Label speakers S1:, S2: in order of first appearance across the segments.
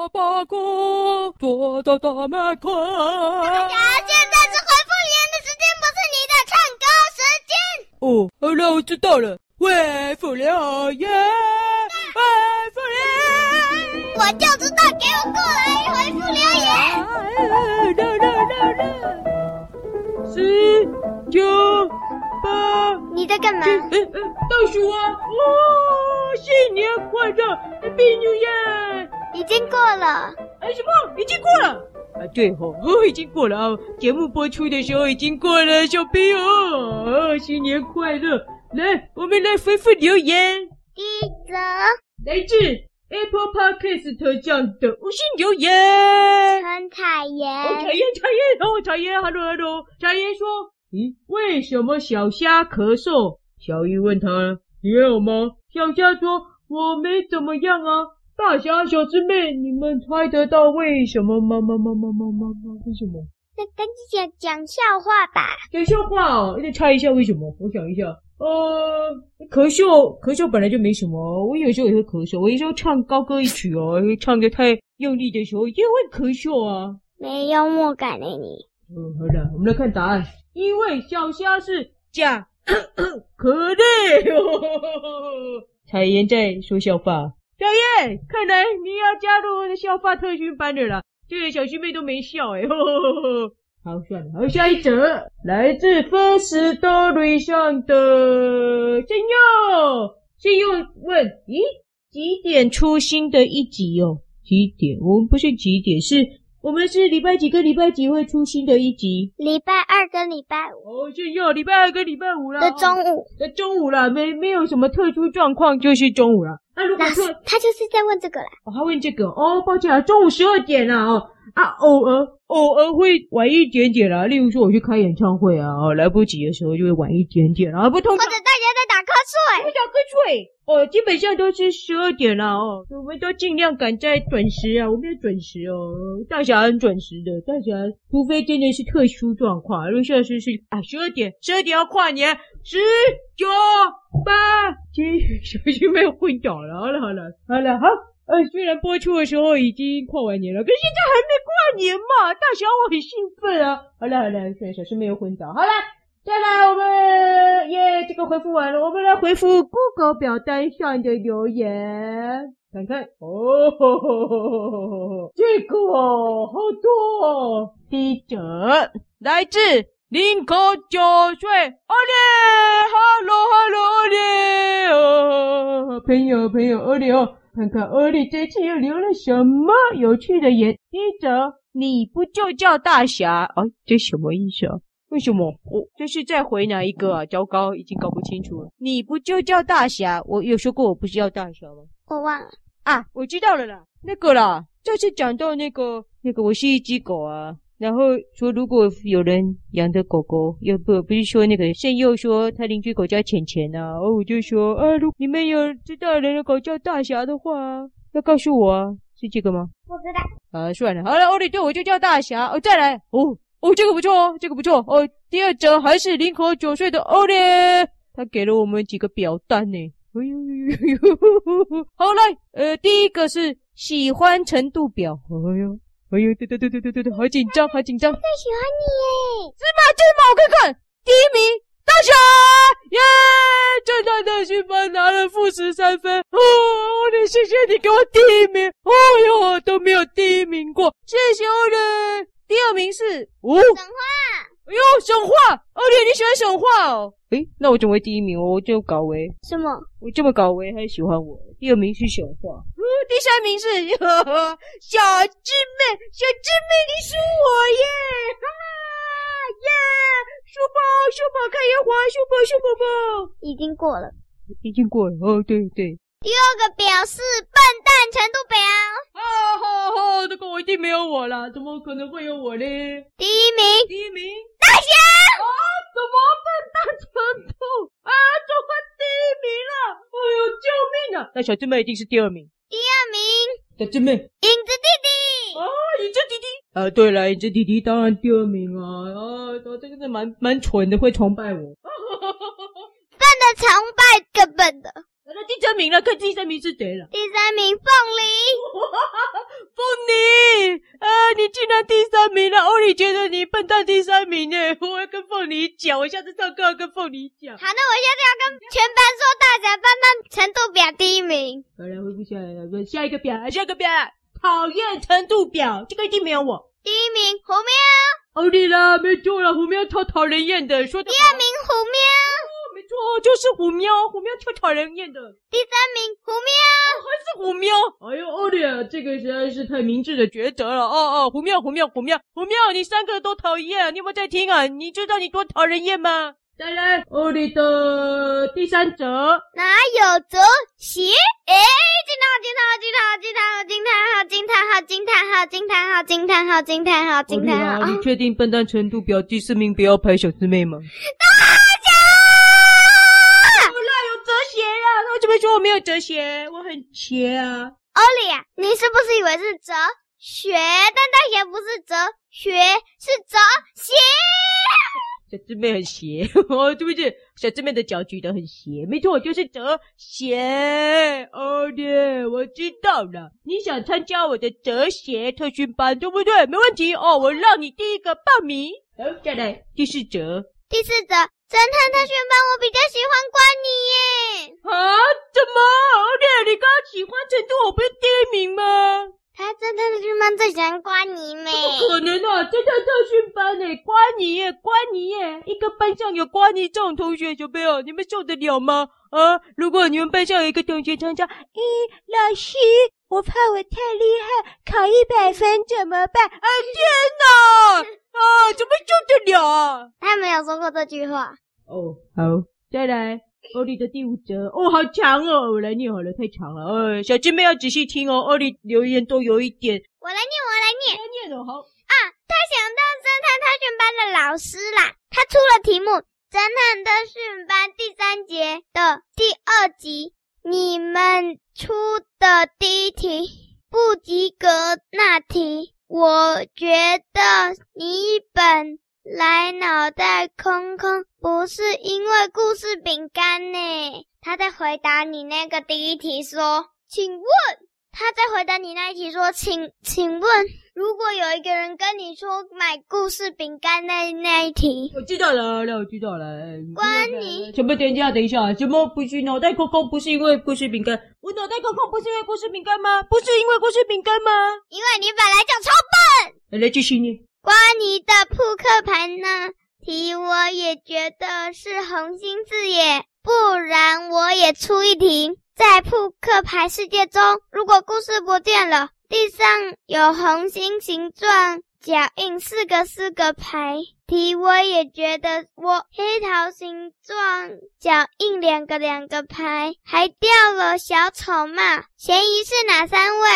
S1: 我多大大麦克。
S2: 哎呀，现在是回复留言的时间，不是你的唱歌时间。
S1: 哦，好了，我知道了。喂，福林好耶！喂，福林！
S2: 我就知道，给我过来回复留言。
S1: 啊，六六六六，十九八，
S2: 你在干嘛？
S1: 哎哎，倒数啊！哦，新年快乐，Happy New Year！
S2: 已经过了。
S1: 哎，什么？已经过了？啊，对吼、哦，已经过了啊！节目播出的时候已经过了，小朋友，哦新年快乐！来，我们来回复留言，
S2: 第一则，
S1: 来自 Apple Podcast 上的五星留言。
S2: 很讨
S1: 哦，讨
S2: 厌。
S1: 厌，讨厌，哦，讨厌，hello hello，讨厌说，咦，为什么小虾咳嗽？小玉问他，你还好吗？小虾说，我没怎么样啊。大侠、小师妹，你们猜得到为什么吗？吗吗吗吗吗吗？为什么？
S2: 那赶紧讲讲笑话吧。
S1: 等一下话哦，再猜一下为什么？我想一下，呃，咳嗽，咳嗽本来就没什么，我有时候也会咳嗽，我有时候唱高歌一曲哦，唱的太用力的时候也会咳嗽啊。
S2: 没幽默感的你。
S1: 嗯，好的，我们来看答案。因为小虾是 甲壳类哦。 彩妍在说笑话。小燕，看来你要加入我的笑话特训班的啦。这个小师妹都没笑哎、 好，算了，好，下一则，来自 First Story 上的信佑。信佑问：咦，几点出新的一集哦？几点？我们不是几点，是我们是礼拜几跟礼拜几会出新的一集？
S2: 礼拜二跟礼拜五
S1: 哦，炫耀礼拜二跟礼拜五啦。
S2: 的中午，
S1: 那中午啦，没没有什么特殊状况，就是中午啦。那如果
S2: 老
S1: 特
S2: 师他就是在问这 个啦。
S1: 哦，他问这个哦，抱歉啊，中午十二点啦哦啊，偶尔偶尔会晚一点点啦，例如说我去开演唱会啊，哦来不及的时候就会晚一点点啦，不通
S2: 或
S1: 常
S2: 者大家在打瞌
S1: 不
S2: 睡，
S1: 想瞌睡哦，基本上都是十二点啦哦，我们都尽量赶在准时啊，我们要准时哦，大侠很准时的，大侠除非真的是特殊状况，如果像是是啊十二点，十二点要跨年，十九八七，小心被昏倒了，好了好了好了好。呃，虽然播出的时候已经跨完年了，可是现在还没跨年嘛，大侠我很兴奋啊！好了好了，虽然小师没有昏倒，好了。再来，我们耶，这个回复完了，我们来回复 Google 表单上的留言，看看哦，这个哦，好多哦。第一则来自林口九岁，哦耶，hello hello 耶，哦，朋友朋友，哦耶哦，看看哦耶这次又留了什么有趣的言。第一则，你不就叫大侠？哦，这什么意思啊？为什么？我这是在回哪一个啊？糟糕，已经搞不清楚了。你不就叫大侠？我有说过我不是叫大侠吗？
S2: 我忘了。
S1: 啊，我知道了啦，那个啦，这次讲到那个那个，我是一只狗啊。然后说，如果有人养的狗狗，又不不是说那个圣佑说他邻居狗叫浅浅啊，哦，我就说啊，如你们有知道人的狗叫大侠的话啊，要告诉我啊，是这个吗？
S2: 不知道，
S1: 啊，算了，好了，哦，对对，我就叫大侠。哦，再来，哦哦，这个不错哦，这个不错哦。第二则还是林口九岁的欧嘞，他给了我们几个表单呢。哎呦呦呦呦呦！好来，呃，第一个是喜欢程度表。哎呦，哎呦，对对对对对对对，好紧张，好紧张。
S2: 最喜欢你耶！
S1: 芝麻芝麻，我看看，第一名大侠耶！正在的新班拿了负十三分哦，我的谢谢你给我第一名，哦哟都没有第一名过，谢谢我的第二名是哦，
S2: 讲话，
S1: 哎呦沈画，哦你你喜欢沈画哦，诶，那我怎么会第一名？我就搞为
S2: 什么？
S1: 我这么搞为还喜欢我，第二名是沈画，哦第三名是 小智妹，小智妹你是我耶！哈哈耶！书包，书包，看烟花，书包，书包包。
S2: 已经过了。
S1: 已经过了哦，对对。
S2: 第二个表示笨蛋程度表，
S1: 啊哈哈，这个我一定没有我啦，怎么可能会有我呢？
S2: 第一名
S1: 第一名
S2: 大侠，
S1: 啊，怎么笨蛋程度啊？怎么第一名了？哎呦，救命啊！那小智妹一定是第二名。
S2: 第二名
S1: 小智妹
S2: 影子弟弟，
S1: 啊，影子弟弟啊，对了，影子弟弟当然第二名啊。啊，他这个是蛮蛮蠢的，会崇拜我。
S2: 笨的崇拜更笨的。
S1: 那第三名了，看第三名是谁了。
S2: 第三名凤梨，
S1: 啊也觉得哦你笨到第三名呢，我要跟凤梨讲，我下次上课要跟凤梨讲。
S2: 好，那我现在要跟全班说，大家班班程度表第一名。
S1: 好了，回不下来了，下一个表，下一个表，讨厌程度表，这个一定没有我。
S2: 第一名虎喵，
S1: 奥利哦啦，没错啦，虎喵超讨人厌的，说的
S2: 第二名虎喵，
S1: 哦没错，就是虎喵，虎喵超讨人厌的，
S2: 第三名虎喵，
S1: 还是虎喵。哎呦，奥利啊，这个实在是太明智的抉择了。哦哦，虎喵，虎喵，虎喵，虎喵，你三个都讨厌，你有没有在听啊？你知道你多讨人厌吗？再来，奥利的第三者，
S2: 哪有则邪？哎，惊叹号！惊叹号！惊叹号！惊叹号！惊叹号！惊叹号！惊叹号！惊叹号！惊叹号！
S1: 奥利啊
S2: 啊
S1: 你确定笨蛋程度表第四名不要排小师妹吗？好啦，有哲学啦！他为什么说我没有哲学？我很邪啊！
S2: 欧里啊，你是不是以为是哲学？但大学不是哲学，是哲学。
S1: 小师妹很邪， 哦，对不对？小师妹的脚举得很邪，没错，就是哲学。哦耶，我知道了，你想参加我的哲学特训班，对不对？没问题哦，我让你第一个报名。好，再来第四啊哲
S2: 第四则，侦探特训班，我比较喜欢关你耶。
S1: 啊？怎么？哦耶，你刚刚喜欢程度我不是第一名吗？
S2: 他侦探特训班最喜欢关你 妹。
S1: 不可能啊！这叫特训班呢，瓜你耶，瓜你耶！一个班上有瓜你这种同学，小朋友，你们受得了吗？啊！如果你们班上有一个同学常常，咦，老师，我怕我太厉害，考一百分怎么办？啊，天哪！啊，怎么受得了啊？
S2: 他没有说过这句话。
S1: 哦，好，再来，欧丽的第五则，哦，好长哦，我来念好了，太长了，呃，小姐妹要仔细听哦，欧丽留言都有一点，
S2: 我来念，我来念。
S1: 该哎念的好。
S2: 啊，他想当侦探特训班的老师啦。他出了题目：侦探特训班第三节的第二集，你们出的第一题不及格那题，我觉得你本来脑袋空空，不是因为故事饼干呢。他在回答你那个第一题说：“请问。”他在回答你那一题说：“请请问，如果有一个人跟你说买故事饼干那那一题，
S1: 我知道了，那我知道了。嗯
S2: 关你
S1: 什么？等一下，等一下，什么不是脑袋空空？不是因为故事饼干？我脑袋空空不是因为故事饼干吗？不是因为故事饼干吗？
S2: 因为你本来就超笨。
S1: 来来，继续念。
S2: 关于的扑克牌呢题，我也觉得是红心字眼，不然我也出一题。在扑克牌世界中，如果故事不见了，地上有红心形状脚印四个四个牌。题我也觉得我黑桃形状脚印两个两个牌，还掉了小丑帽，嫌疑是哪三位？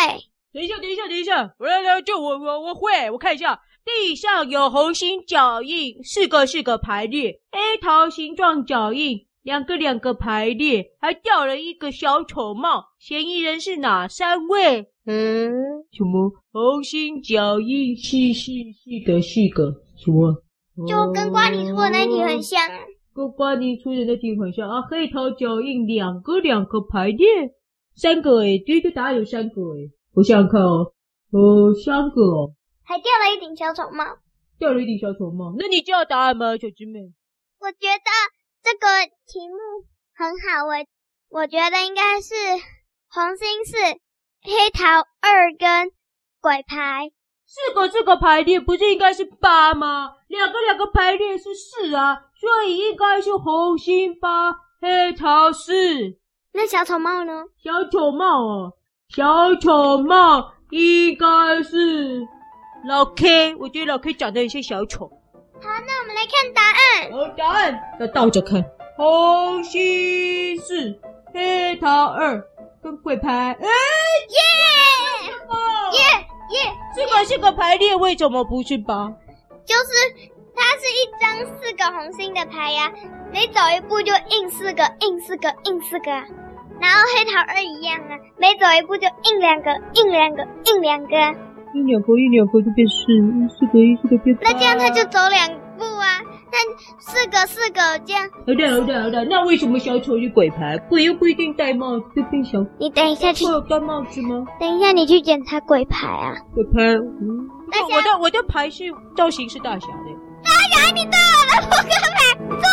S1: 等一下，等一下，等一下，我来来，就我我我会，我看一下。地上有红心脚印，四个四个排列，A 桃形状脚印，两个两个排列，还掉了一个小丑帽。嫌疑人是哪三位？
S2: 嗯。
S1: 什么？红心脚印是是是个是个什么？
S2: 就跟瓜你说的那题很像啊。
S1: 跟瓜你出的那题很像啊！黑桃脚印两个两个排列，三个诶、第一个答案有三个诶、我想想看哦，呃，三个哦，
S2: 还掉了一顶小丑帽。
S1: 掉了一顶小丑帽。那你知道答案吗，小师妹？
S2: 我觉得这个题目很好诶，我觉得应该是红心是黑桃二跟鬼牌，
S1: 四个四个排列不是应该是八吗？两个两个排列是四啊，所以应该是红心八，黑桃四。
S2: 那小丑帽呢？
S1: 小丑帽哦，小丑帽应该是老 K，我觉得老 K 长得很像小丑。
S2: 好，那我们来看答案。
S1: 好，答案要倒着看。红心四，黑桃二，跟鬼牌。哎、
S2: 耶
S1: 哦，
S2: 耶耶！
S1: 这个是个排列，为什么不是八？
S2: 就是它是一张四个红心的牌呀、每走一步就印四个，印四个，印四个啊。然后黑桃二一样啊，每走一步就印两个，印两个，印两个
S1: 一
S2: 啊。
S1: 两个，一两个就变四，一四个，一四个变八。
S2: 那这样他就走两步啊，四个四个这样。
S1: 好的，好的，好的。那为什么小丑是鬼牌？鬼又不一定戴帽子，就变小
S2: 你等一下去
S1: 会，有戴帽子吗？
S2: 等一下你去检查鬼牌啊！
S1: 鬼牌，嗯，
S2: 大
S1: 那
S2: 侠
S1: 我的我的牌是造型是大侠的。
S2: 哎，你对我的扑克牌做啊啊